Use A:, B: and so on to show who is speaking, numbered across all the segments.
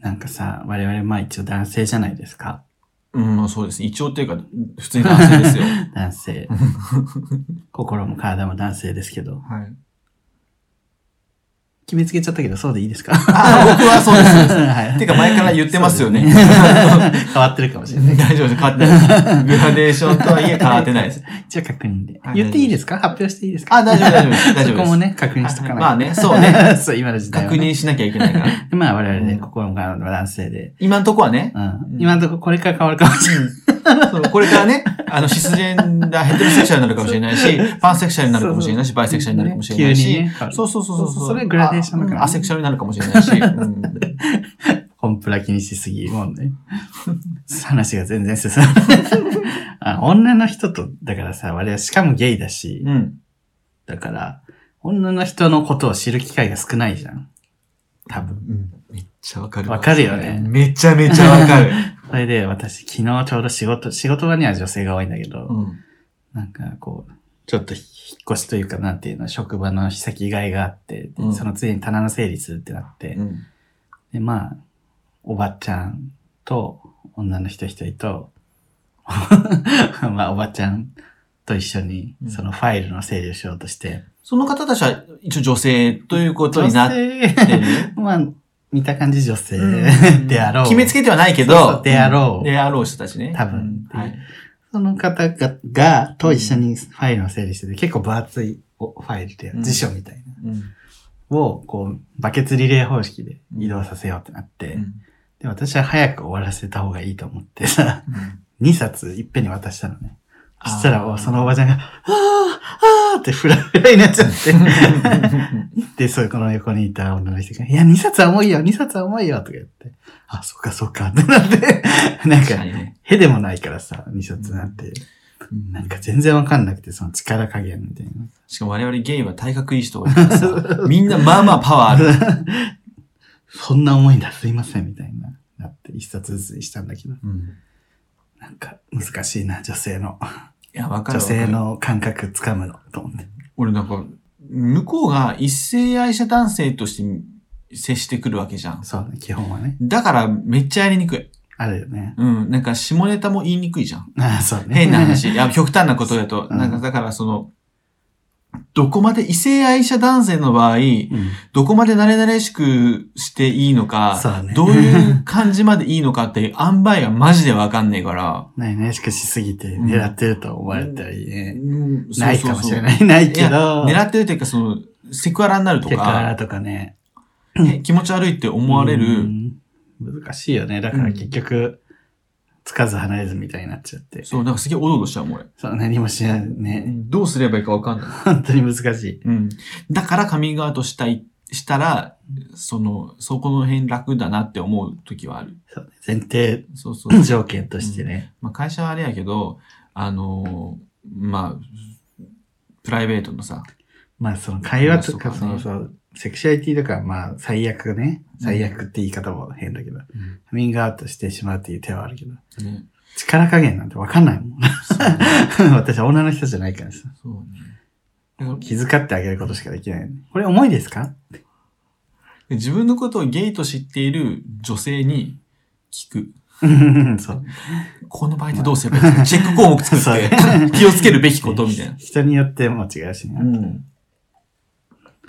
A: なんかさ、我々まあ一応男性じゃないですか。
B: うん、まあそうです。一応っていうか、普通に男 性ですよ。
A: 男 性。心も体も男性ですけど。
B: はい。
A: 決めつけちゃったけど、そうでいいですか
B: あ、僕はそうですそうです。
A: はい
B: てか前から言ってますよね
A: そうですね 変わってるかもしれない。
B: 大丈夫です。変わってない。グラデーションとはいえ変わってないです。
A: 一応確認で
B: は。い
A: 言っていいですか発表していいですか
B: あ、大丈夫、大丈夫です。大丈夫です。
A: そこもね、確認しとかないと。
B: まあね、そう ね。
A: そう、今の時代は
B: 確
A: ね、
B: 認しなきゃいけないから。
A: でまあ我々ね、心も体も男性で。
B: 今のとこはね
A: う、ん
B: う。ん
A: 今のところこれから変わるかもしれない。
B: そのこれからね、あの、シスジェンダー、ヘテロセクシャルになるかもしれないし、パンセクシャルになるかもしれないし、バイセクシャルになるかもしれない
A: 急に
B: し
A: ね変わ、る
B: そうそうそうそう
A: そうそうそれグラデーションだからね
B: あアセクシャルになるかもしれないし、うん
A: コンプラ気にしすぎもんね。話が全然進ま ないあ。女の人と、だからさ、我々しかもゲイだし、
B: うん。
A: だから、女の人のことを知る機会が少ないじゃん。多分。
B: うんめっちゃわかる。
A: わかるよね
B: めちゃめちゃわかる。
A: それで私、昨日ちょうど仕事、仕事場には女性が多いんだけど、
B: うん
A: なんかこう、ちょっと引っ越しというか、なんていうの、職場の先替えがあって、で
B: うん
A: そのついに棚の整理するってなって、
B: うん。
A: で、まあ、おばちゃんと、女の人一人と、 まあ、おばちゃんと一緒に
B: う、ん
A: そのファイルの整理をしようとして、
B: その方たちは一応女性ということになって
A: 性、
B: る。
A: まあ、見た感じ女性
B: うん
A: であろう。
B: 決めつけてはないけ
A: そうそ
B: ど
A: う、であろう
B: であろう人たちね。
A: 多分
B: うんはい。
A: その方が、がと一緒にファイルの整理してて、結構分厚いおファイルで
B: うん
A: 辞書みたいな。
B: うん
A: を、こう、バケツリレー方式で移動させようってなって、
B: うん
A: で、私は早く終わらせた方がいいと思ってさ、2冊いっぺんに渡したのね。そした
B: あ
A: ら、
B: ー
A: そのおばちゃんが、ああ、あーってフラフラになっちゃ って。で、そういうこの横にいた女の人が、いや、2冊は重いよ、2冊は重いよ、とか言って。あ、そっかそっか、ってなって。なん
B: 確か
A: か、
B: にね。
A: へでもないからさ、2冊なんて。なんか全然わかんなくて、その力加減みたいな。
B: しかも我々ゲイは体格いい人がいるからさ、みんなまあまあパワーある。
A: そんな重いんだ、すいません、みたいな。なって、1冊ずつにしたんだけど。
B: うん
A: なんか、難しいな、女性の。
B: いや、わかる
A: 女
B: わかる。
A: 性の感覚つかむの、と思って。
B: 俺なんか、向こうが一性愛者男性として接してくるわけじゃん。
A: そうね、基本はね。
B: だからめっちゃやりにくい。
A: あるよね。
B: うん。なんか下ネタも言いにくいじゃん。
A: ああ、 そうね。
B: 変な話。いや、極端なことだと。
A: うん
B: なんかだからその、どこまで異性愛者男性の場合、
A: うん。
B: どこまで慣れ慣れしくしていいのか、
A: そうね
B: どういう感じまでいいのかっていう塩梅がマジでわかんねえから。
A: ないね、しかしすぎて狙ってると思われたらいいね。
B: うん。
A: ないかもしれないい。ない
B: い
A: け
B: や、
A: ど、
B: 狙ってるというか、その、セクハラになると
A: セクハラ
B: か、
A: とかね。
B: ね気持ち悪いって思われ
A: う
B: る、
A: ん。難しいよね。だから結局、つかず離れずみたいになっちゃって。
B: そう、なんかすげえおどおどしちゃうもん、俺。
A: そう、何もしないね。
B: どうすればいいかわかんない。
A: 本当に難しい。
B: うん。だからカミングアウトしたい、したら、その、そこの辺楽だなって思う時はある。
A: そうね前提
B: そうそう。
A: 条件としてね。
B: まあ、会社はあれやけど、あのーまあ、プライベートのさ、
A: まあ、その会話とか、そ
B: そう
A: の
B: ね
A: そう、セクシュアリティとか、まあ、最悪ね。最悪って言い方も変だけど、カミングアウトしてしまうっていう手はあるけど、
B: ね、
A: 力加減なんてわかんないもん。
B: そう ね。
A: 私は女の人じゃないからさ。
B: そうねだから
A: 気遣ってあげることしかできない。これ重いですか
B: 自分のことをゲイと知っている女性に聞く。
A: うん そう。
B: この場合ってどうすればいいですかチェック項目作
A: そう
B: って、気をつけるべきことみたいな。
A: 人によっても違うし
B: う
A: ね。
B: ん。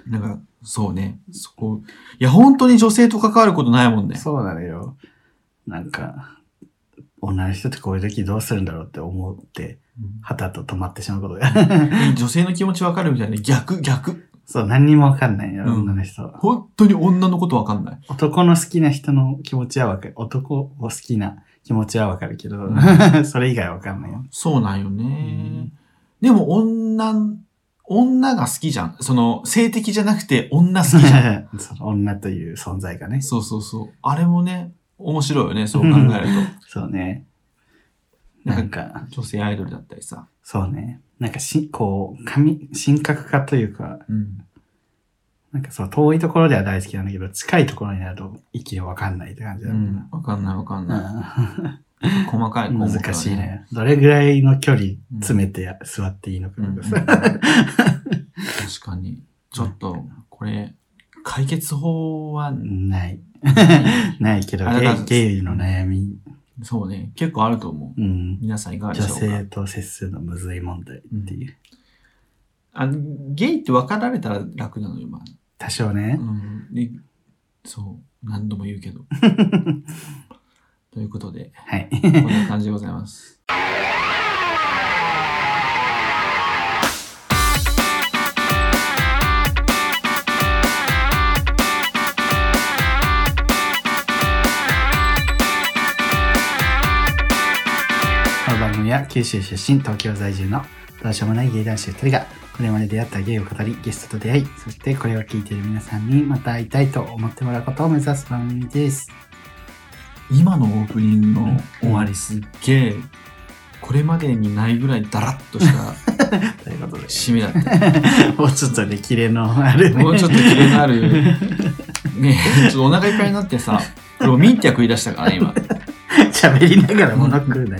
B: なんか、そうね。そこ。いや、本当に女性と関わることないもんね。
A: そうなのよ。なんか、女の人ってこういう時どうするんだろうって思って、はたと止まってしまうこと が。
B: うん女性の気持ちわかるみたいな。逆、逆。
A: そう、何にもわかんないよ、
B: うん
A: 女の人は。
B: 本当に女のことわかんない。
A: 男の好きな人の気持ちはわかる。男を好きな気持ちはわかるけど、 それ以外わかんないよ。
B: そうなんよ
A: うん
B: ね。でも、女、女が好きじゃん。その、性的じゃなくて女好きじゃん。
A: その女という存在がね。
B: そうそうそう。あれもね、面白いよね、そう考 える
A: そうね。
B: と。
A: な
B: なんんか、
A: か、
B: 女性アイドルだったりさ。
A: そうね。なんかし、こう、神、神格化というか、
B: うん。
A: なんかそう、遠いところでは大好きなんだけど、近いところになると一気にわかんないって感じ
B: う
A: だもん
B: ん
A: な。。
B: わかんないわかんな
A: う
B: い。細かい項
A: ん
B: 目は
A: 難しい。ね。どれぐらいの距離詰めてや座っていいのか
B: うんうん
A: と
B: うん
A: か
B: 確
A: さ。
B: かに。ちょっと、これ、解決法は
A: ない。ないけど
B: あな、た
A: ゲイゲイの悩み。
B: そうね。結構あると思う。
A: うん。
B: 皆さんいかがで
A: 女
B: しょうか
A: 性と接するのむずい問題っていう。
B: あのゲイって分かられたら楽なのよ、まあ。
A: 多少
B: う
A: ね。
B: ん。でそう。何度も言う けど。ということで、
A: はい。
B: こんな感じでございます。
A: この番組は九州出身、東京在住のどうしようもない芸男子2人がこれまで出会った芸を語りゲストと出会い、そしてこれを聞いている皆さんにまた会いたいと思ってもらうことを目指す番組です。
B: 今のオープニングの終わりすっげえ、これまでにないぐらいダラッとした
A: ということで、
B: 締めだった。
A: もうちょっとね、キレのある、ね。
B: もうちょっと気になる。ねえ、ちょっとお腹いっぱいになってさ、これもミンティア食い出したからね、今。
A: 喋りながら物食うね。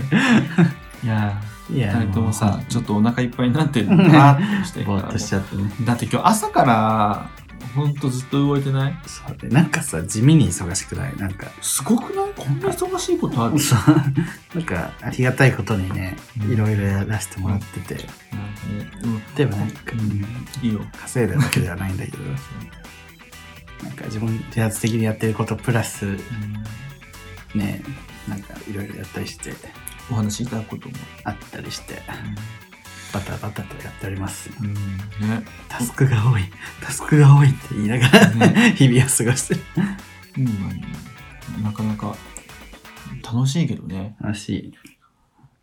B: いや
A: いや
B: ー、二人ともさ、ちょっとお腹いっぱいになって、ダラッとしてるか
A: ぼ
B: ら
A: ーっとしちゃってね。
B: だって今日朝から、ほんとずっと動いてない
A: そうで、なんかさ、地味に忙しくないなんか、
B: すごくないこんな忙しいことある
A: そう、なんか、ありがたいことにね、
B: うん
A: いろいろやらせてもらってて、
B: なんかねうん
A: でもなんか、
B: いいよ。
A: 稼いだわけではないんだけど、なんか自分自発的にやってることプラス、ね、なんかいろいろやったりして、
B: お話しいただくことも。
A: あったりして、バタバタとやっております。
B: うんね。
A: タスクが多い、タスクが多いって言いながら、
B: ね
A: 日々を過ごしてる。
B: うん、なかなか楽しいけどね。
A: 楽し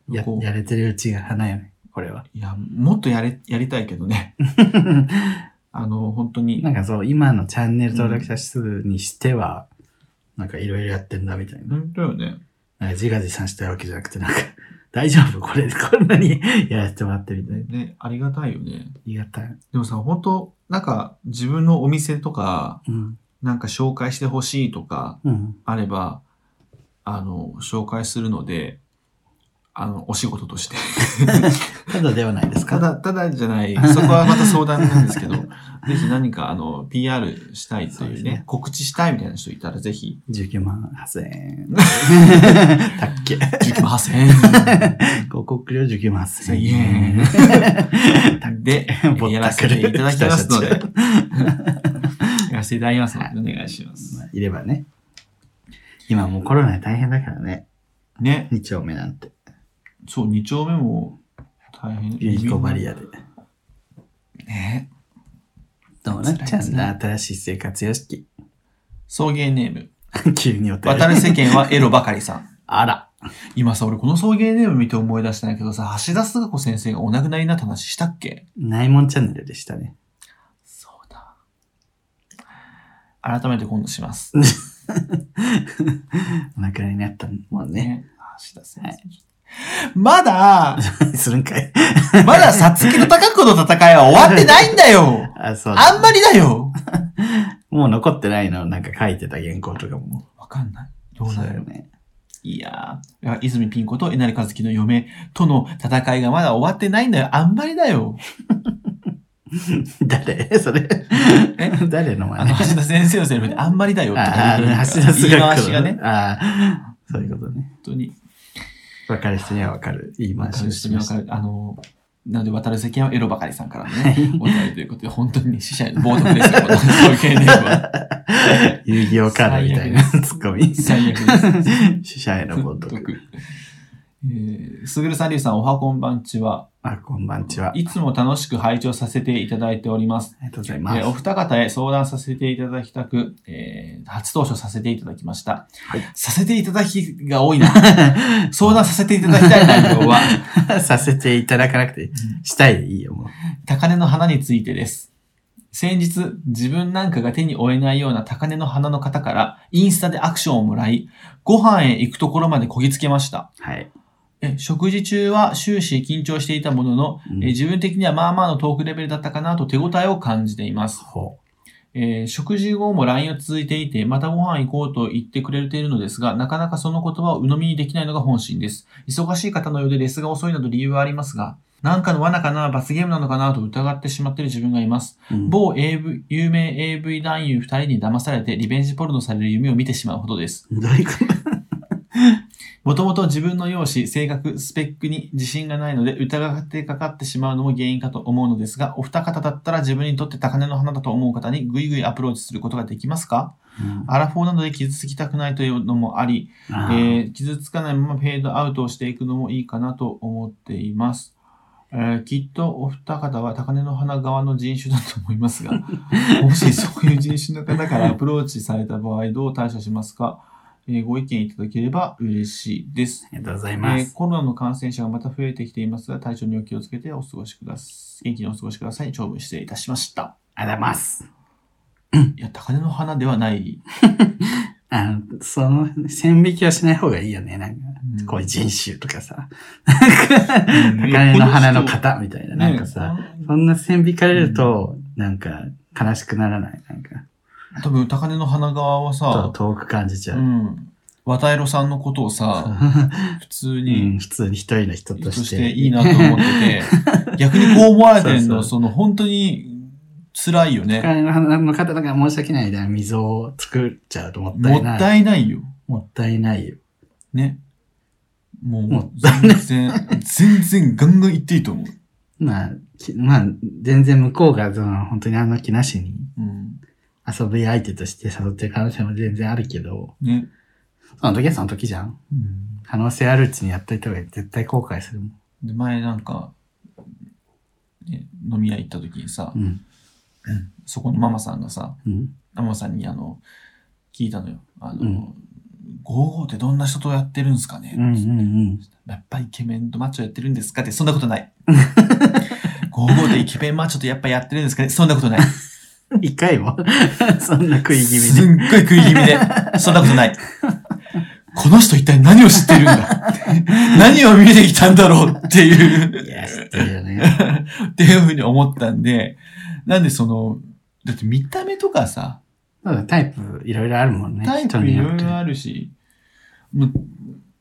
A: い。や
B: こう
A: やれてるうちが花嫁、これは。
B: いや、もっとやれ、やりたいけどね。あの、本当に
A: な。んかそう、今のチャンネル登録者数にしては、なんかいろいろやってんだみたいな。
B: 本当よね。
A: なんか自画自賛したいわけじゃなくて、なんか、大丈夫これ、こんなに やらせてもらってみたいな。
B: ね、ありがたいよね。
A: 言い方。
B: でもさ、本当なんか、自分のお店とか、
A: うん。
B: なんか紹介してほしいとか、
A: うん。
B: あれば、あの、紹介するので、あの、お仕事として。
A: ただではないですか
B: ただ、ただじゃない、そこはまた相談なんですけ ど、ぜひ何か、あの、PR したいと
A: そう
B: い
A: で
B: う
A: す
B: ね
A: ね
B: 告知したいみたいな人いたら、ぜ ひ、
A: 19万8000円。 たっけ。
B: 19万8000
A: 広告料19万8000
B: イ
A: 円
B: エ。円で
A: ぼ、
B: や
A: っ
B: ら
A: たく
B: せて
A: る
B: いただきます ので、
A: 人
B: やらせていただきますので、お願いします
A: ま。あいればね。今もうコロナで大変だからね。
B: ね、
A: 2丁目なんて。
B: そう、2丁目も大変。
A: ユニコバリアで。
B: ね。
A: どうなっちゃうんだ、新しい生活様式。
B: 送迎ネーム。
A: 急にお便り
B: 渡る世間はエロばかりさん。
A: あら。
B: 今さ、俺この送迎ネーム見て思い出したんだけどさ、橋田壽賀子先生がお亡くなりになった話したっけ
A: ないもんチャンネルでしたね。
B: そうだ。改めて今度します。
A: お亡くなりになったもんね。
B: ね。橋田先生。まだ、
A: するんかい。
B: まださつきと高子の戦いは終わってないんだよ
A: あ、そう。
B: あんまりだよ
A: もう残ってないの、なんか書いてた原稿とかも。
B: わかんない。どう
A: そう
B: な
A: だよ
B: る
A: ね。
B: いやー、いや泉ピン子とえなりかずきの嫁との戦いがまだ終わってないんだよ。あんまりだよ。
A: 誰それ。
B: え
A: 誰の
B: あ
A: 前
B: の、橋田先生のセリフであんまりだよっ て
A: ああ、橋田
B: 言
A: 壽
B: い
A: 賀
B: 回
A: 子
B: しがね、
A: ああ、そういうことね。
B: 本当に。
A: 分かる人には分かる。言い
B: わ
A: 回
B: か
A: し
B: る
A: をし
B: 人に
A: ま
B: わ
A: し
B: か
A: た。
B: る。あの、なので、渡る世間はエロばかりさんからのね、お便りということで、本当に死者への冒涜ですよ、この統計 では。
A: 遊戯王カードみたいなツッコミ。
B: 最悪です。
A: 死者への冒
B: ふっと
A: 涜。
B: くえー、すぐるさん、りゅうさん、おはこんばんちは。
A: あ、こんばんちは。あり
B: いつも楽しく拝聴させていただいております。
A: がとうござい
B: えー
A: ま
B: お二方へ相談させていただきたく、えー初登場させていただきました。
A: はい
B: させていただきが多 いな。相談させていただきたい内容は、
A: す。 させていただかなくて、したいでいいよ、もう。
B: 高根の花についてです。先日、自分なんかが手に負えないような高根の花の方から、インスタでアクションをもらい、ご飯へ行くところまでこぎつけました。
A: はい。
B: え食事中は終始緊張していたものの、
A: うん
B: え自分的にはまあまあのトークレベルだったかなと手応えを感じています。
A: ほ
B: えー食事後も LINE を続いていて、またご飯行こうと言ってくれているのですが、なかなかその言葉を鵜呑みにできないのが本心です。忙しい方のようでレスが遅いなど理由はありますが、なんかの罠かな、罰ゲームなのかなと疑ってしまっている自分がいます。某 AV、有名 AV 男優二人に騙されてリベンジポルノされる夢を見てしまうほどです。
A: うん。誰か
B: もともと自分の容姿、性格、スペックに自信がないので疑ってかかってしまうのも原因かと思うのですが、お二方だったら自分にとって高嶺の花だと思う方にぐいぐいアプローチすることができますかアラフォーなので傷つきたくないというのもあり、えー傷つかないままフェードアウトをしていくのもいいかなと思っています。えーきっとお二方は高嶺の花側の人種だと思います が、もしそういう人種の方からアプローチされた場合どう対処しますか、えーご意見いただければ嬉しいです。
A: ありがとうござい
B: え
A: ま
B: ー
A: す。
B: コロナの感染者がまた増えてきていますが、体調にお気をつけてお過ごしください。元気にお過ごしください。長文失礼いたしました。
A: ありがとうございます。
B: いや、高嶺の花ではない。
A: あの、その、線引きはしない方がいいよね。なんか、
B: うん
A: こういう人種とかさ、
B: うん
A: 高嶺の花の方みたいな、なんかさ、
B: ね
A: そんな線引かれると、なんか、悲しくならない。なんか、
B: 多分、高根の花側は
A: ちょっと
B: さ、
A: 遠く感じちゃ
B: う
A: う。
B: ん。渡江呂さんのことをさ、 普通
A: うん
B: に、
A: 普通に一人の人と
B: と
A: し。
B: してていいなと思って て、逆にこう思われてる
A: そうそう
B: の、その、本当に辛いよ
A: 高
B: ね。
A: 嶺の花の方だから申し訳ないな。溝を作っちゃうともった
B: も
A: い
B: っ
A: ない。
B: たいないよ。
A: もったいないよ。
B: ね。も
A: も
B: う
A: っ、たいな
B: 全然、全然ガンガン言っていいと思う。
A: まあ、きまあ、全然向こうが、その、本当にあの気なしに
B: うん。
A: 遊び相手として誘ってる可能性も全然あるけど、
B: ね。
A: その時はその時じゃん。
B: うん
A: 可能性あるうちにやっといた方が絶対後悔するもん。
B: で、前なんか、ね飲み屋行った時にさ
A: う、ん。
B: そこのママさんがさ、
A: うん。
B: ママさんにあの、聞いたのよ。あの、
A: うん
B: 55ってどんな人とやってるんですかね、
A: うんうんうん。
B: やっぱイケメンとマッチョやってるんですかって、そんなこ とない。55でイケメンマッチョとやっぱやってるんですかねそんなことない。
A: 一回も そんな食い気味
B: す
A: で。
B: んごい食い気味で。そんなことない。この人一体何を知ってる んだ何を見てきたんだろうっていう。
A: い や、知ってるよね。
B: っていうふうに思ったんで、なんでその、だって見た目とかさ、
A: そうだ、タイプいろいろあるもんね。
B: タイ
A: 人
B: プ
A: に
B: い
A: よ
B: ろい
A: って
B: ろあるし、もう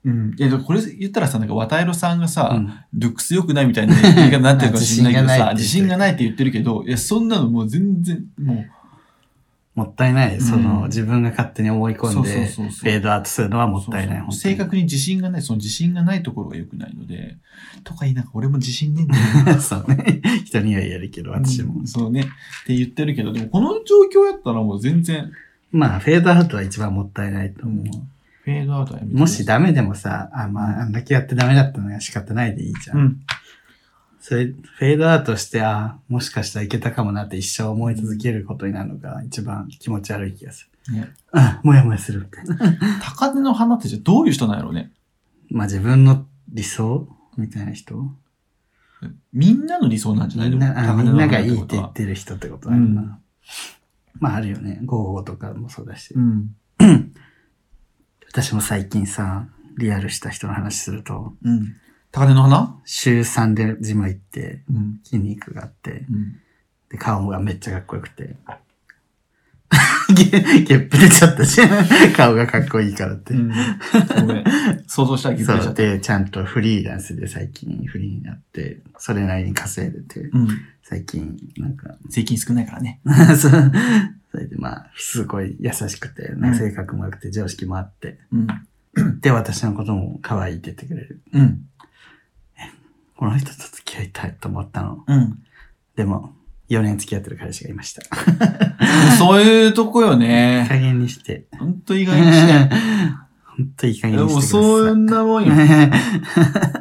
B: うん。いや、でもこれ言ったらさ、なんか、渡江呂さんが
A: う
B: さ、
A: ん
B: ルックス良くないみたいな言い方になってるかもしれないけど
A: ま
B: さ、
A: あ自
B: 自
A: 信
B: 信
A: が
B: がないって言ってるけど、いや、そんなのもう全然、も
A: もったいない。その、
B: うん
A: 自分が勝手に思い込ん
B: そうそう
A: で、フ
B: そうそう
A: ェードアウトするのは
B: う、
A: もったいない。
B: そうそう正
A: 本
B: 確に自信がない、その自信がないところが良くないので、とか言いながら、俺も自信ねえんだよ
A: 当に。そうね。人には言えるけど、 私も。
B: うんそうね。って言ってるけど、でもこの状況やったらもう全然、
A: まあ、フェードアウトは一番もったいないと思う。
B: フェードアウトはやめてく
A: も
B: ださい
A: しダメでもさ、あ、まあ、あんだけやってダメだったのは仕方ないでいいじゃん。
B: うん。
A: それ、フェードアウトして、あ、もしかしたらいけたかもなって一生思い続けることになるのが一番気持ち悪い気がする。
B: ね
A: あ、もやもやするみたいな。
B: 高根の花ってじゃあどういう人なんやろうね。
A: まあ、自分の理想みたいな人
B: みんなの理想なんじゃな
A: み
B: い
A: んな、あみんながいいって言
B: 言
A: っ
B: って
A: てる人ってことだよ
B: う
A: な。まあ、あるよね。ゴーとかもそうだし。
B: うん。
A: 私も最近さ、リアルした人の話すると、
B: うん。高根の花
A: 週3でジム行って、
B: うん。
A: 筋肉があって、
B: うん。
A: で、顔がめっちゃかっこよくて。 ゲゲップ出ちゃったし、 顔がかっこいいからって。
B: ごめん。想像したら気づいち
A: そ
B: ゃ
A: う。
B: った。
A: で、ちゃんとフリーランスで最近フリーになって、それなりに稼いでて、
B: うん。
A: 最近、なんか、
B: 税金少ないからね。
A: そうそれでまあ、すごい優しくて、なんか性格も良くて、常識もあって、
B: うん。
A: で、私のことも可愛いって言ってくれる。
B: うん。
A: この人と付き合いたいと思ったの。
B: うん。
A: でも、4年付き合ってる彼氏がいました。
B: そういうとこよね。
A: 加減にして。
B: ほんと意外にし ない。
A: 本当いい加
B: で
A: 減に
B: も
A: してください。
B: そん なもんよ。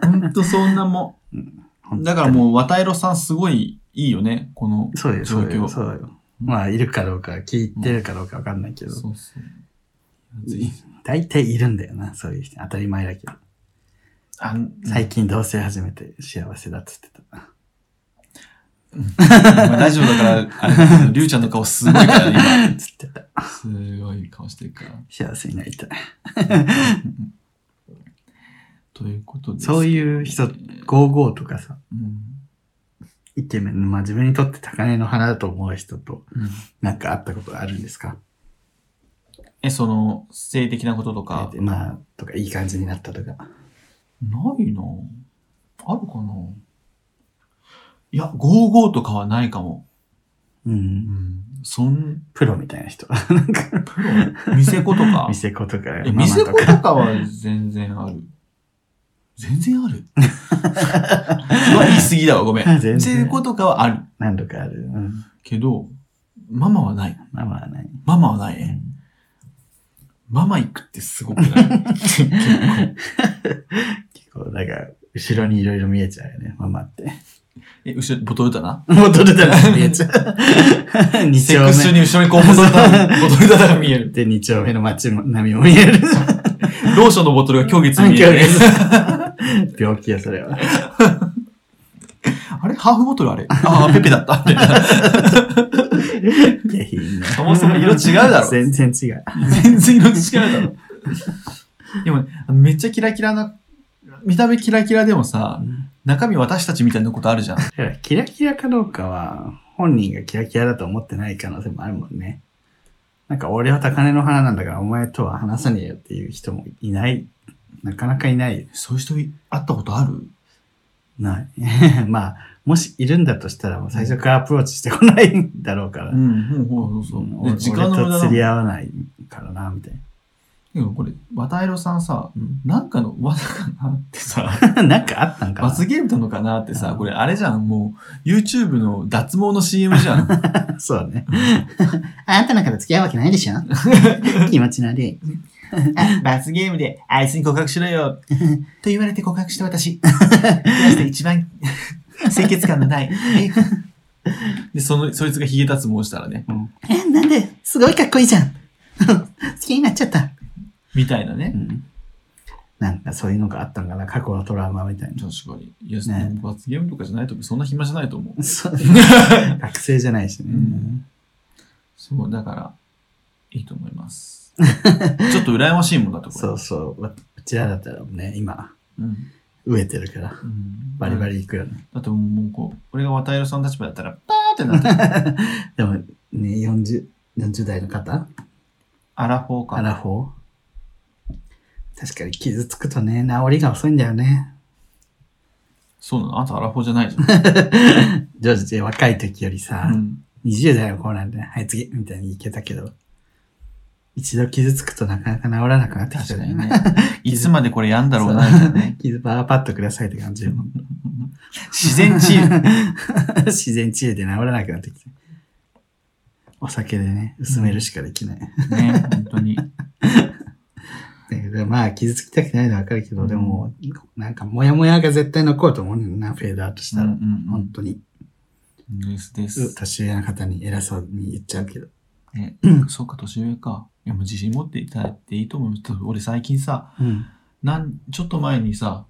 B: ほんとそんなも
A: 本当
B: ん。
A: に
B: だからもう、渡色さんすごいいいよね。この
A: そうよ、
B: 状
A: そうよ、
B: 況。
A: そうよ。まあ、いるかどうか、聞いてるかどうかわかんないけど、
B: そうそう。ぜひ。
A: 大体いるんだよな、そういう人。当たり前だけど。
B: あん
A: 最近同棲始めて幸せだっつってた。
B: 今ラジオだから、あれだけどりゅうちゃんの顔すごいか らね、
A: つってた。
B: 今。すごい顔してるから。
A: 幸せになりたい。
B: ということです。
A: そういう人
B: うん、
A: ゴーゴーとかさ、イケメン、まあ自分にとって高嶺の花だと思う人と、
B: うん
A: なんか会ったことあるんですか
B: え、その、性的なこととか、
A: まあ、とか、いい感じになったとか。
B: ないなぁあるかなぁいや、55とかはないかも。
A: う。
B: うんん。そん、
A: プロみたいな人。なんか、
B: プロ、店子と か。
A: 店子とか、
B: え、
A: ママ
B: 店
A: と
B: 子と
A: か。
B: かは全然ある。全然あるうわ言い過ぎだわ、ごめ ん。
A: 全然
B: 店子とかはある。
A: 何度かある。うん。
B: けど、ママはない。
A: ママはない。
B: ママはないうね。
A: ん
B: ママ行くってすごくない。 結構
A: 結構、なんか、後ろにいろいろ見えちゃうよね、ママって。
B: え、後ろ、ボトルだな。
A: もう取れたら見えちゃう。二
B: セ
A: 丁
B: ックス中
A: 目。
B: に後ろにこう、ボトルだ、ボトルだが見え る。
A: で、二丁目の街並みも見える。
B: ローションのボトルが狂月に見えるね。
A: 病気よ、それ は。
B: あれハーフボトルあれああ、ペペだった。
A: 下品ね。
B: そもそも色違うだろ
A: 全然違う。
B: 全然色違うだろ。でも、ね、めっちゃキラキラな、見た目キラキラでもさ、中身私たちみたいなことあるじゃん。
A: だから、キラキラかどうかは、本人がキラキラだと思ってない可能性もあるもんね。なんか、俺は高嶺の花なんだから、お前とは話さねえよっていう人もいない。なかなかいないよ。
B: そういう人い会ったことある
A: ない。 まあ、もしいるんだとしたら、もう最初からアプローチしてこないんだろうから。
B: ん、そう
A: そ
B: そうう。
A: 俺
B: で時間の無
A: 俺と
B: 駄な
A: 釣り
B: の。
A: 合わないからな、みたい
B: でもこれ、綿色さんさ、なんかの技かなってさ、
A: な。なんかあったんかな。
B: 罰ゲームなのかなってさ、これあれじゃん、もう、YouTube の脱毛の CM じゃん。
A: そうね。あんたなんかと付き合うわけないで しょ気持ち悪い。
B: 罰ゲームで、あいつに告白しろよ。と言われて告白した 私。クラスで一番 清潔感のない。 で、その、そいつがヒゲ脱毛したらね、
A: え、なんで、すごいかっこいいじゃん。 好きになっちゃった。
B: みたいなね。
A: なんかそういうのがあったんかな、過去のトラウマみたいな。
B: 確かに。いや、
A: ね
B: 罰ゲームとかじゃないと思う、そんな暇じゃないと思 う。
A: そう学生じゃないしね。
B: うんそう、だから、いいと思い ます。ちょっと羨ましいもんだとこれ
A: そうそう。わうちらだったらね、今、
B: うん。
A: 飢えてるから、
B: うん
A: バリバ。リいくよね。
B: だってもうこう、俺が綿色さんの立場だったら、パーってなって、
A: でも、ね、40、40代の方
B: アラフォーか。
A: アラフォー確かに傷つくとね、治りが遅いんだよね。
B: そうなのあんたアラフォーじゃないじ
A: ジョージ若い時より
B: ゃ
A: さ、
B: ん。うん
A: 20代の頃なんで、はい次みたいにいけたけど、一度傷つくとなかなか治らなくなってきた
B: 確
A: よ
B: か
A: ね
B: にね。いつまでこれやんだろうな、みたいなね。
A: 傷パワーパッとくださいって感 じよ。
B: 自然治癒。
A: 自然治癒で治らなくなってきて。お酒でね、薄めるしかできない。
B: ね、本当に。
A: だけどまあ、傷つきたくないのはわかるけど、
B: うん
A: でも、なんか、モヤモヤが絶対残ると思うねんだな、フェードアウトしたら。
B: うんうん
A: 本当に。
B: うんですです。
A: 年上の方に偉そうに言っちゃうけど。
B: ね、そっか、年上か。いや、もう自信持っていただいていいと思います。俺最近さ、
A: うん。
B: なん、ちょっと前にさ、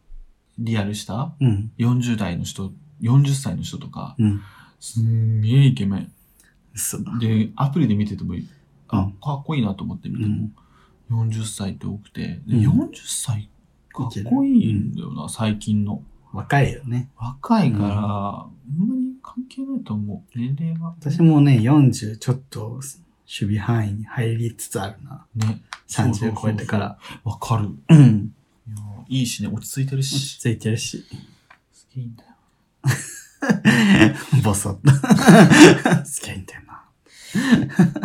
B: リアルした
A: うん。
B: 40代の人、40歳の人とか、
A: うん。
B: すんげえイケメン。
A: 嘘。
B: で、アプリで見ててもいい、
A: う
B: あ
A: ん、
B: かっこいいなと思って見ても、40歳って多くて、で
A: うん
B: 40歳かっこいいんだよな、最近の。
A: 若いよね。
B: 若いから、あんまり関係ないと思う。年齢は。
A: 私もね、40ちょっと守備範囲に入りつつあるな。
B: ね。そうそうそう
A: 30
B: そ
A: 超
B: う
A: えてから。
B: わかる。
A: うん。
B: いやーいいしね、落ち着いてる
A: 落ち
B: し。
A: 着いてるし、
B: すげえいいんだよ。
A: ボ ソッと。好きみたいな。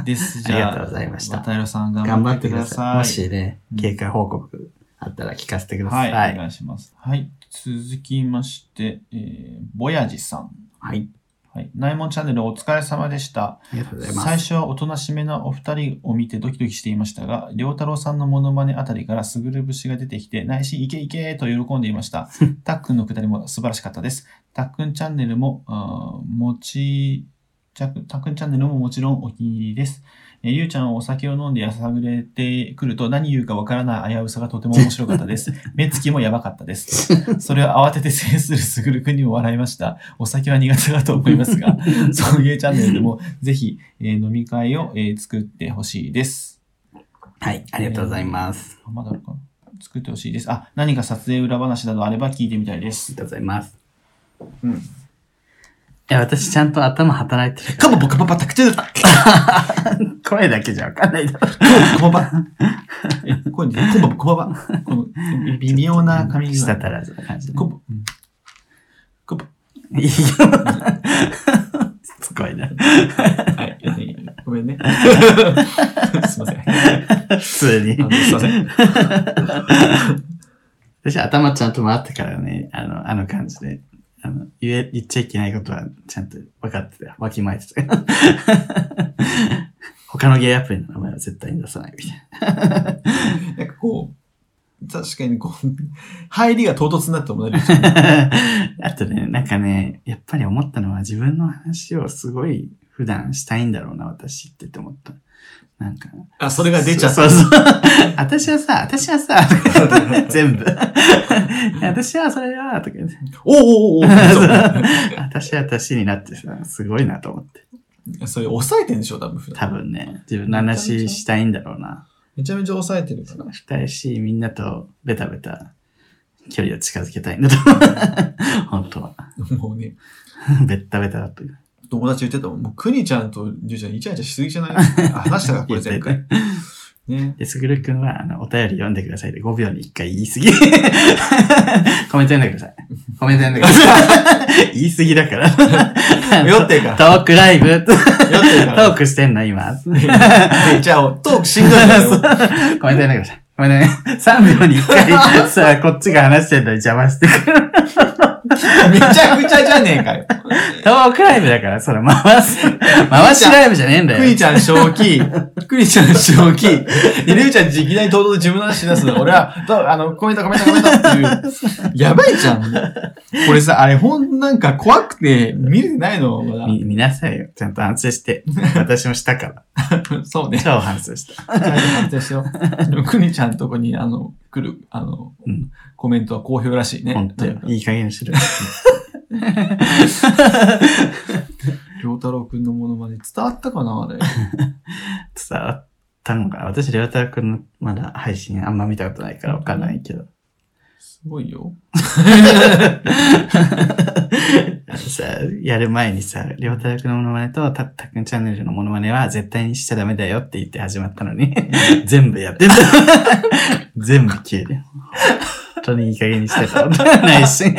B: です、
A: あ
B: じ
A: り
B: ゃあ。
A: がとうございました
B: たいろさん頑
A: 頑
B: 張
A: 張
B: っ
A: ってて
B: く
A: く
B: だ
A: だ
B: さ
A: さい。
B: い。
A: もしね
B: う、ん
A: 経過報告あったら聞かせてくださ。
B: はいい、
A: は
B: お
A: い。
B: 願いします。はい、続きまして、えー、ぼやじさん。はい、内門チャンネルお疲れ様でした。
A: ありがとうございま
B: 最
A: す。
B: 初はおとなしめなお二人を見てドキドキしていましたが、良太郎さんのモノマネあたりからすぐる節が出てきて、内心いけいけと喜んでい ました。たっくんのくだりも素晴らしかったです。たっくんチャンネルも、あーもち、たっくんたっくんチャンネルももちろんお気に入りです。えーゆうちゃんはお酒を飲んでやさぐれてくると何言うかわからない危うさがとても面白かっ たです。目つきもやばかったです。それを慌てて制するすぐるくんにも笑いました。お酒は苦手だと思います が、そういうチャンネルでもぜひ、えー飲み会を、えー作ってほしいです。
A: はい。ありがとうございます。
B: あまだあるかな作ってほしいです。あ、何か撮影裏話などあれば聞いてみたいで
A: あり
B: す。
A: がとうございます。
B: うん。
A: いや、私ちゃんと頭働いてるか
B: カモボカパパタクチュー
A: ら、声だけじゃわかんないだろ。
B: コババ。え、これ、コババ、コババ。この微妙な髪
A: し
B: が
A: た。たらずな感じで。
B: コバ、うんコバ、
A: い いよ。すごいな。
B: はい。ごめんね。 すいません。
A: 普通に
B: あ。のすいません。
A: 私、頭ちゃんと回ってからね、あの、あの感じで、あの、言え、言っちゃいけないことはちゃんと分かってたよ。わきまえてたよ。 他のゲイアプリの名前は絶対に出さないみたいな。
B: なんかこう、確かにこう、入りが唐突になってもなる。
A: あとね、なん かね、やっぱり思ったのは自分の話をすごい普段したいんだろうな、私ってって思った。なんか。
B: あ、それが出ちゃっ
A: そ
B: た。
A: うそう。私はさ、私はさ、 全部。私はそれは、とか言って。
B: おーおーお ー
A: 私は私になってさ、すごいなと思って。
B: おおそれ抑えてんでしょ、多分普段。
A: 多分ね、自分の話したいんだろうな。
B: めちゃめちゃ抑えてるから。
A: したいし、みんなとベタベタ距離を近づけたいんだと思う。本当は。
B: もうね、
A: ベッタベタだという。
B: 友達言ってたもん。もう、くにちゃんとりゅうちゃんイチャイチャしすぎ じゃないあ話したか、これ前 回。ね。
A: で、すぐるくんは、あの、お便り読んでくださいで5秒に1回言いすぎ。コメント読んでください。コメント読んでください。言いすぎだから。
B: 酔ってるか
A: トークライブト
B: ら。酔ってるか
A: ー
B: ら。
A: クしてんの今。コメント
B: でじゃあ、トークしん どいからよ。
A: 読んでください。ごめんね。3秒に1回、 さあ、こっちが話してんのに邪魔してくる。
B: めちゃくちゃじゃねえか よ。
A: トークライブだから、それ回す。回しライブじゃねえんだ
B: くに
A: よ。
B: ちゃん正 気、くにちゃん正 気、で、りゅうちゃんいきなり堂々と自分の話し出すの。俺は、どあの、コメントコメントコメントって いう。やばいじゃん。これさ、あれほん、なんか怖くて見れてないの。ま
A: み見なさいよ。ちゃんと反省して。私もしたから。
B: だそうね。
A: 超反省した。
B: 反省 しよう。でもくにちゃんとこに、あの、来る、あの、
A: うん
B: コメントは好評らしいね。
A: 本当 よ。いい加減にしろよ。
B: りょうたろうくんのものまで伝わったかなあれ。
A: 伝わったのかな私、りょうたくんのまだ配信あんま見たことないからわかんないけど。
B: すごいよ。
A: あのさ、やる前にさ、りょうたくんのモノマネとたったくんチャンネルのモノマネは絶対にしちゃダメだよって言って始まったのに、全部やってた。 全部消える。本当にいい加減にして た。ないし。全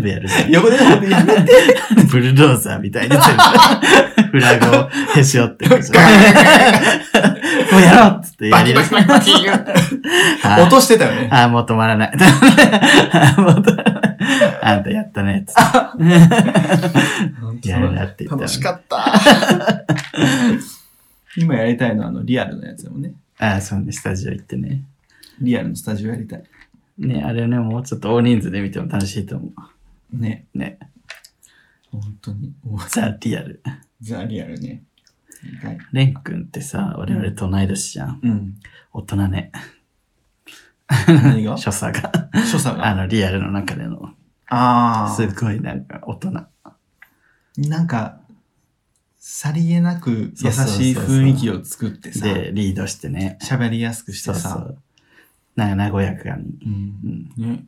A: 部やる。
B: 横で、横でやめて。
A: ブルドーザーみ たいに全部、フラグをへし折ってるじゃん。 もうやろうっつってや
B: バ
A: り
B: キ
A: だ
B: バ
A: す
B: キバキバキ。
A: はい
B: 落としてたよね。
A: あー、もう止まらない。 あーもう止まらないあんたやったね、つってやるなって言ったの
B: 楽しかった。今やりたいのはあのリアルのやつだもんね。
A: あー、そうね、スタジオ行ってね。
B: リアルのスタジオやりたい。
A: ね、あれね、もうちょっと大人数で見ても楽しいと思う。
B: ね。
A: ね。
B: 本当に。お
A: ザ・リアル。
B: ザ・リアルね。やりたい
A: レン君ってさ、我々と同い年じゃん。
B: うん。
A: 大人ね。
B: 何が
A: 所作が。
B: 所作が。
A: あ
B: あ
A: の、リアルの中での。
B: あ
A: すごいなんか、大人。
B: ー。なんか、さりげなく優し
A: そう
B: い
A: そうそうそう
B: 雰囲気を作ってさ、
A: で、リードしてね。
B: 喋りやすくして
A: そう
B: さ。
A: そう。なんか、和やかに。
B: うん
A: うん。
B: ね。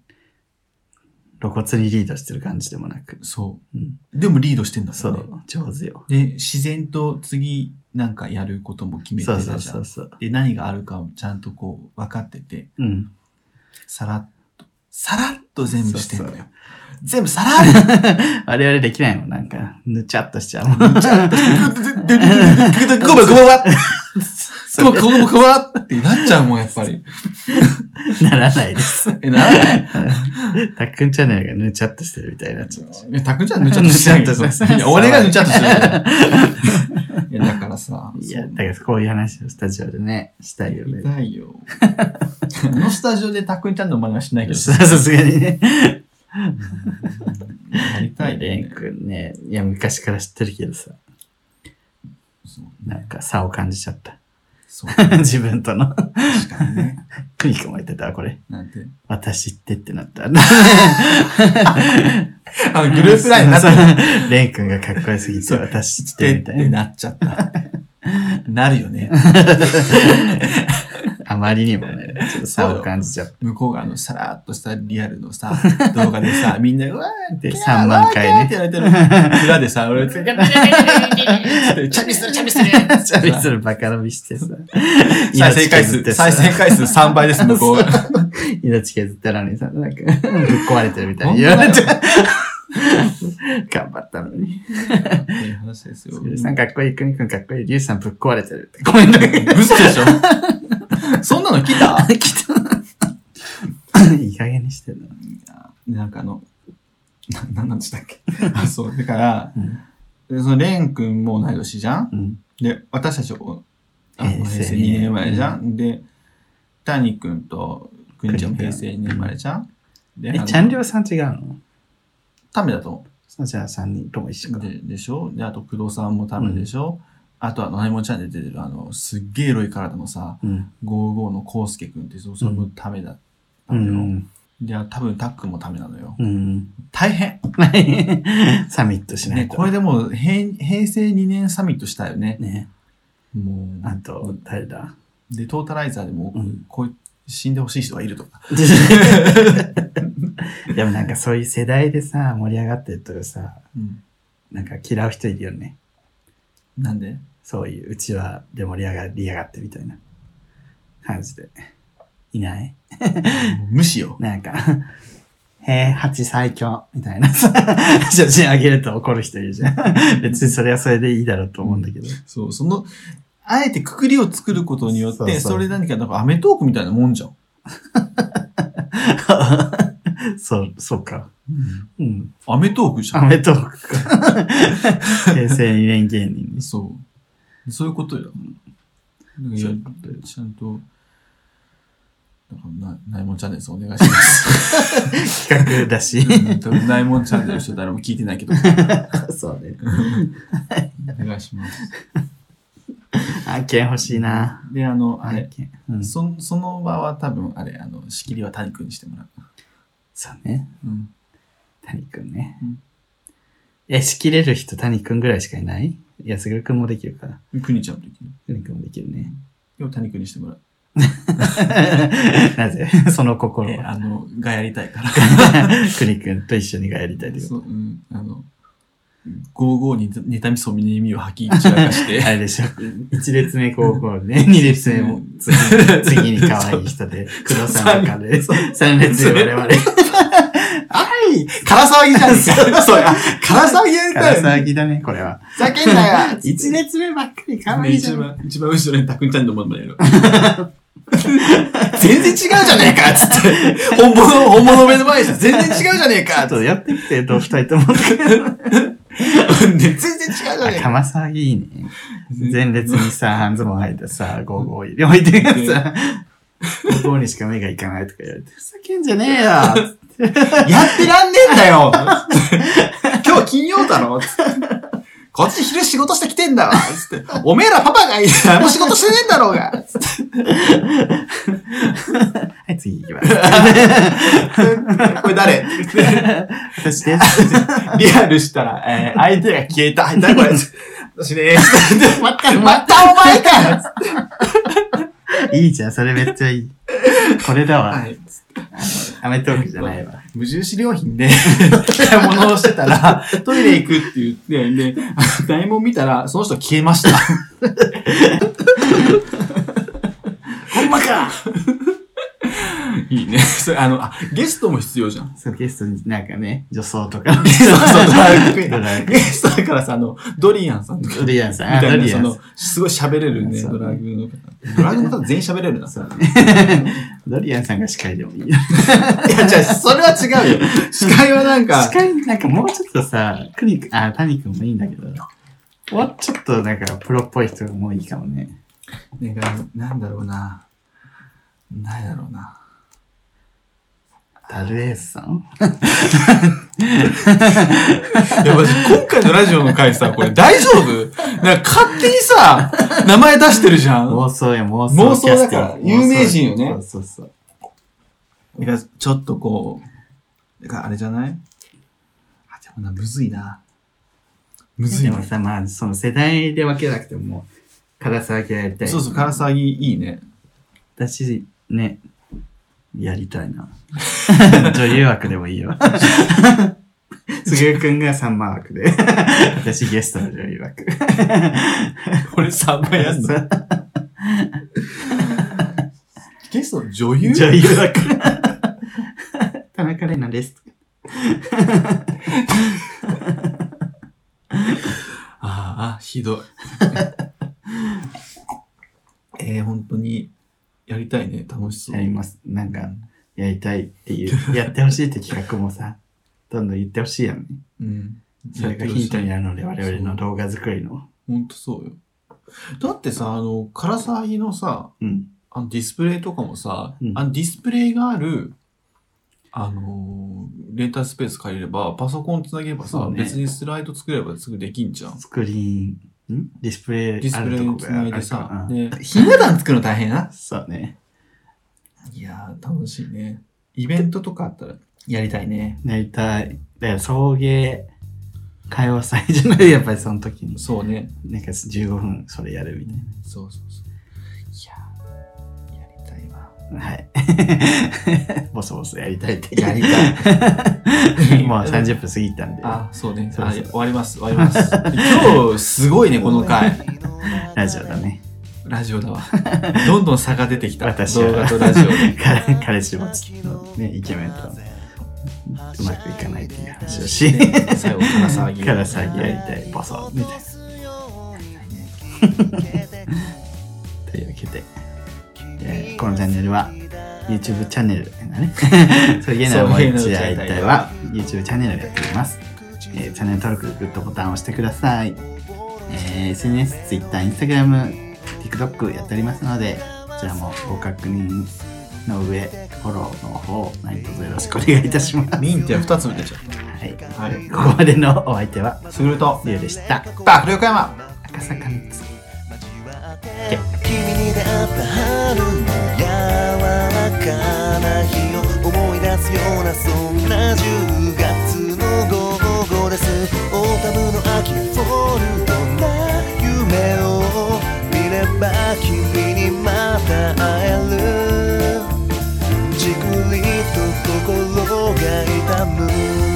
A: 露骨にリードしてる感じでもなく。
B: そう。
A: うん
B: でもリードしてんだもんね。
A: そう、上手よ。
B: で、自然と次なんかやることも決めて
A: そ
B: た
A: う
B: じゃ
A: そ
B: ん。
A: うそうそう。
B: で、何があるかをちゃんとこう分かってて、
A: うん。
B: さらっと、さらっと全部してんのよ。
A: そうそ
B: 全部さらっ
A: 我々できないもん、なんか、ぬちゃっとしちゃうも ん。
B: と、ごめんごめんごめんごめんごめんごめんってなっちゃうもん、やっぱり。
A: ならないです。
B: え、ならない
A: たっくんチャンネルがぬちゃっとしてるみたいになっちゃうし。
B: いや、たくちゃんぬちゃっとしてない けど
A: ぬちゃっとして
B: いや、俺がぬちゃっとしてない。いや、だからさ、
A: いや、
B: そう
A: だからこういう話をスタジオでね、したいよ
B: 見
A: ね。
B: たいよ。あのスタジオでたくんちゃんの真似はしないけ ど
A: さ
B: さ、
A: さすがにね。
B: やりたい
A: レン
B: ね。
A: 君ね、いや、昔から知ってるけどさ、
B: そう
A: なんか差を感じちゃった。
B: そう、
A: 自分との。
B: 確かに ね。
A: クニ君も言ってたわ、これ。
B: なんて。
A: 私ってってな った。
B: あの、グループラインに なってる
A: た。レン君がかっこよすぎて、私っ
B: しててっ
A: みた
B: て
A: いな。
B: なっちゃった。 なるよね。
A: あまりにもね、ちょっと差を感じちゃっ
B: 向こうがあの、さらっとしたリアルのさ、動画でさ、みんな、うわーって、
A: で3万回ね
B: わーってやられてる。裏でさ、俺、チャミする、チャミする。
A: た。チャビするバカ伸びしてさ。
B: 再生回数、再生回数3倍です、向こ うが。
A: 命削ってらのにさ、なんか、ぶっ壊れてるみたいに言われちゃう。頑張ったのに。
B: っていう話ですよ。
A: すぐるさんかっこいい、くにくんかっこいい、りゅうさんぶっ壊れてるって。ごめんなさい。
B: 嘘でしょそんなの来た
A: 来た。 いい加減にしてるな。
B: でなんかあの、な、なんなんでしたっけあ、そう。だから、
A: うん
B: でその、レン君も同い年じゃん
A: うん。
B: で、私たちを、あ
A: 平
B: 平
A: 成
B: 成2年生まれじゃんで、谷君とくんちゃんも平成2年生まれじゃんで、
A: え、
B: あの
A: ちゃんりょうさん違うの
B: ためだと思う
A: そうじゃあ3人とも一緒か。
B: ででしょで、あと工藤さんも多分でしょ、あとは、のなみもちゃんで出てる、あの、すっげえエロい体のさ、
A: うん。
B: 55の康介くんって、そうそれもためだった
A: う
B: のよ。
A: ん。
B: で、あ多分タックンもためなのよ。
A: うん。
B: 大変
A: サミットしな
B: ね、
A: いと。
B: これでもう、平平成2年サミットしたよね。
A: ね。
B: もう。
A: あと、誰だ
B: で、トータライザーでも、
A: うん
B: こう、死んでほしい人がいるとか。
A: でもなんかそういう世代でさ、盛り上がってるとさ、
B: うん
A: なんか嫌う人いるよね。
B: なんで
A: そういう、うちはで盛り上がりやがってみたいな感じで。いない
B: もう無視よ。
A: なんか、 へえ、蜂最強みたいな さ、写真あげると怒る人いるじゃん。 別にそれはそれでいいだろうと思うんだけど。
B: そう、その、あえてくくりを作ることによって、
A: そ
B: そう
A: そう
B: れ何か、なんかアメトークみたいなもんじゃん。
A: そう、そうか。うん。
B: アメトークじゃん
A: ア。メトーク か。平成2年芸人です。
B: そう。そういうことよ。なんかいや
A: そういうことよ
B: ちゃんと、なんかな、ないもんチャンネルさんお願いし ます。
A: 企画だし。
B: うん多分ないもんチャンネルの人誰も聞いてないけど、
A: そうね。
B: お願いします。
A: 案件欲しいな。
B: で、あの、あ
A: 案
B: れ、
A: 件。うん。そ
B: そその場は多分、あれ、あの、仕切りは谷君にしてもらう。
A: うね。
B: うん。
A: 谷くんね
B: うん。
A: え、仕切れる人谷くんぐらいしかいない安ぐくんもできるから。
B: 国ちゃんの時に。
A: 谷くんもできるね。
B: でも谷君にしてもらう。
A: なぜ その心
B: え、
A: は。
B: あの、がやりたいから。
A: 谷くんと一緒にがやりたいという
B: そ
A: こ
B: う、うん。あの、55に妬みそみに耳を吐き散らかし
A: と。あ
B: て。
A: れでしょ。一列目高校 ね。二列目も次次に可愛い人で、黒さんとかで、三列目我々。
B: はい 唐騒ぎじゃんか。そうや。唐騒ぎやり
A: 唐
B: たいよね。
A: 騒ぎだね、これは。
B: 叫んだよ
A: 一列目ばっかり可愛いじゃ
B: 一
A: ん。
B: 番、一番後ろにタクンちゃんのものまでやろう。 全然違うじゃねえかつ って。本物、本物目の前じゃ全然違うじゃねえ
A: ちょ
B: か
A: っとやってみて、どうしたいと思って。
B: 全然違うじゃ ねえ
A: か
B: か
A: まさぎいいね。前列にさ、半ズボン履いてさ、ゴーゴー置いてるさ、ゴーゴーにしか目がいかないとか言われて、ふざけんじゃね えよ
B: やってらんねえんだよ 今日金曜だろつってこっち昼仕事してきてんだわつっておめえらパパがいい何も仕事してねえんだろうがつって
A: はい、次行きます。
B: これ誰
A: 私です。
B: リアルしたら、えー相手が消えた。はい、誰これ私ね
A: また、
B: またお前か
A: いいじゃん、それめっちゃいい。これだわ。
B: はい。
A: アメトークじゃないわ。
B: 無印良品で買い物をしてたら、トイレ行くって言って、で、台門見たら、その人消えました。
A: ほんまか
B: いいね。それ、あの、あ、ゲストも必要じゃん。
A: そう、ゲストになんかね、女装とか。
B: そうそう、ドラッグ
A: ドラッグ
B: ゲストだからさ、あの、ドリアンさんとか、
A: ド
B: み
A: リアンさん、あ
B: た
A: ド
B: いな、
A: リア
B: そ
A: ン
B: の
A: さ、
B: すごい喋れるね、
A: そう
B: ドラッグの方。ドラッグの方全員喋れるな。
A: ん。ドリアンさんが司会でもいいよ。
B: いや、じゃそれは違う よ。司会はなんか
A: 司、会、なんかもうちょっとさ、クニあ、タニ君もいいんだけど、もうちょっとなんかプロっぽい人もいいかもね。
B: なんか、なんだろうな。なんだろうな。
A: ダルエースさん
B: いや、マジ、今回のラジオの回さ、これ大丈夫なんか勝手にさ、名前出してるじゃん。
A: 妄想や妄
B: 妄
A: 想
B: 想
A: キャス
B: だ
A: テ
B: か
A: ィ
B: ら
A: ング。
B: 有名人よね
A: そうそうそう。
B: なんかちょっとこう、なんかあれじゃないあ、でもな、むずいな。むず
A: で
B: いな
A: も。さ、まあ、その世代で分けなくても、唐騒ぎはやりたい。
B: そうそう、唐騒ぎいいね。
A: 私、ね、やりたい な。女優枠でもいいよ。つぐるくんが3万枠で、私ゲストの女優枠。
B: 俺3番やん の。ゲストの女優
A: 女優枠。田中玲奈です。
B: ああ、ひどい。 えー、本当に、やりたいね。楽しそう。
A: やります。なんか、やりたいっていう、やってほしいって企画もさ、どんどん言ってほしいよね。
B: うん。
A: それがヒントになるので、我々の動画作りの。
B: ほんとそうよ。だってさ、あの、唐沢ひのさ、
A: うん。
B: あのディスプレイとかもさ、
A: うん
B: あのディスプレイがある、あのーレンタルスペース借りれば、パソコンつなげれば
A: そ
B: さ、
A: うね
B: 別にスライド作ればすぐできんじゃん。
A: スクリーン、んディスプレ
B: ディ
A: イ
B: ス
A: あ
B: プ
A: る
B: レ
A: と
B: イ
A: こ
B: つ
A: があ
B: な
A: る
B: い
A: から
B: でさ、
A: うん
B: で、ひな壇作るの大変な。
A: そうね。
B: いやー、楽しいね。イベントとかあったらやりたいね。
A: やりたい。だから送迎、会話祭じゃないやっぱりその時に。
B: そうね。
A: なんか15分それやるみたい
B: そうそうそう。いやー、やりたいわ。
A: な。はい。ボソボソやりたい って。
B: やりたい
A: もう30分過ぎたんで。
B: あ、そうね。
A: そう
B: あ
A: そう
B: 終わります、終わります。今日、すごいね、この回。
A: ラジオだね。
B: ラジオだわ。どんどん差が出てきた。
A: 私は
B: 動画とラジオで。
A: 彼彼氏もちょっとね、イケメンとうまくいかないっていう話をし、
B: 最後、から騒 ぎ。
A: からさ、やりたい、ボソみたいな。というわけで、えーこのチャンネルは YouTube チャンネルだね。 そう、家ならもう一夜一体は YouTube チャンネルでやっております。えーチャンネル登録、グッドボタンを押してください。えー SNS、Twitter、Instagram、TikTok やっておりますので、こちらもご確認の上、フォローの方、何卒よろしくお願いいたします。
B: ミンティア2つ見てちゃっ
A: はい。
B: た。はい。
A: ここまでのお相手は、
B: すぐると、
A: リュウでした。
B: 爆力山
A: 赤坂みつ
C: 君に出会った春の柔らかな日を思い出すようなそんな10月の午後ですオータムの秋フォルトな夢を見れば君にまた会えるじくりと心が痛む